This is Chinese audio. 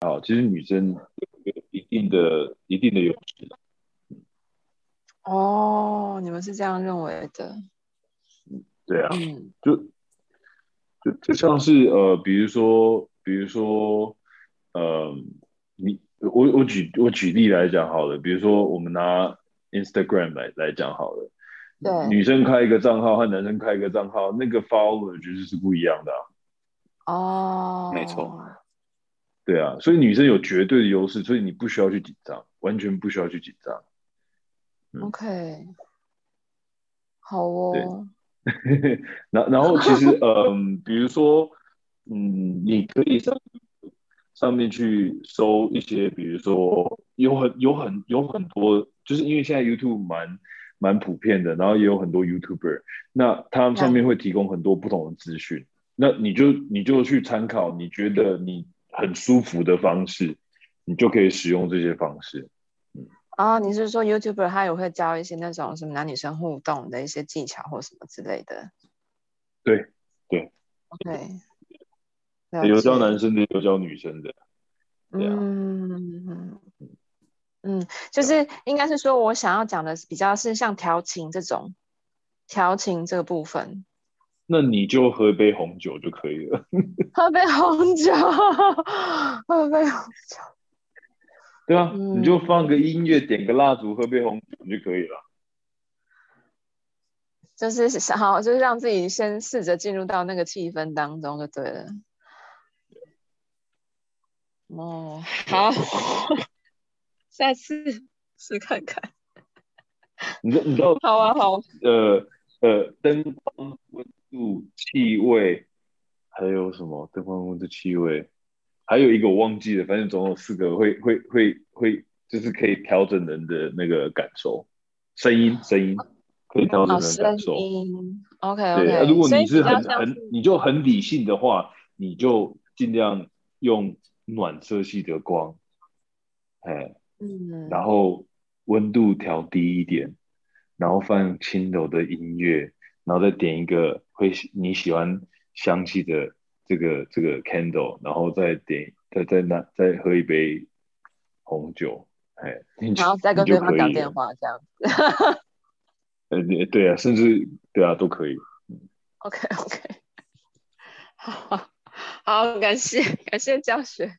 好，其实女生有一定的一定的优势。哦，你们是这样认为的，对啊，嗯就就就像是呃，比如说，比如说，呃，你我我举我举例来讲好了，比如说我们拿 Instagram 来来讲好了，对女生开一个账号和男生开一个账号，那个 follower 绝对是不一样的啊、哦，没错，对啊，所以女生有绝对的优势，所以你不需要去紧张，完全不需要去紧张。 OK，好哦， 然然后其实 嗯，比如说嗯，你可以上上面去搜一些，比如说有很有很有很多，就是因为现在 YouTube 蛮蛮普遍的，然后也有很多 YouTuber，那他们上面会提供很多不同的资讯，那你就你就去参考你觉得你很舒服的方式，你就可以使用这些方式。啊，你是说 YouTuber 他也会教一些那种什么男女生互动的一些技巧或什么之类的？对对，OK，有了教解男生的，有教女生的。对啊嗯嗯，就是应该是说，我想要讲的是比较是像调情这种，调情这个部分，那你就喝一杯红酒就可以了，喝杯红酒， 喝杯红酒，对啊，嗯你就放个音乐，点个蜡烛，喝杯红酒就可以了。就是想好，就是让自己先试着进入到那个气氛当中就对了。 哦，好，下次 试看看。你知你知道好啊，好，呃呃，灯光、温度、气味，还有什么？灯光、温度、气味，还有一个我忘记了，反正总共有四个会会会会，就是可以调整人的那个感受，声音声音可以调整好，人的感哦声受。音，OK 对，那 OK。如果所以你是比较很像很是，你就很理性的话，你就尽量用暖色系的光，哎，嗯，然后温度调低一点，然后放轻柔的音乐，然后再点一个会你喜欢香气的这个这个 candle，然后再点再再拿再喝一杯红酒，哎，你就然后再跟你就对方可打以电了，话这样。呃，对啊，甚至对啊都可以。 OK OK，好好好，感谢感谢教学。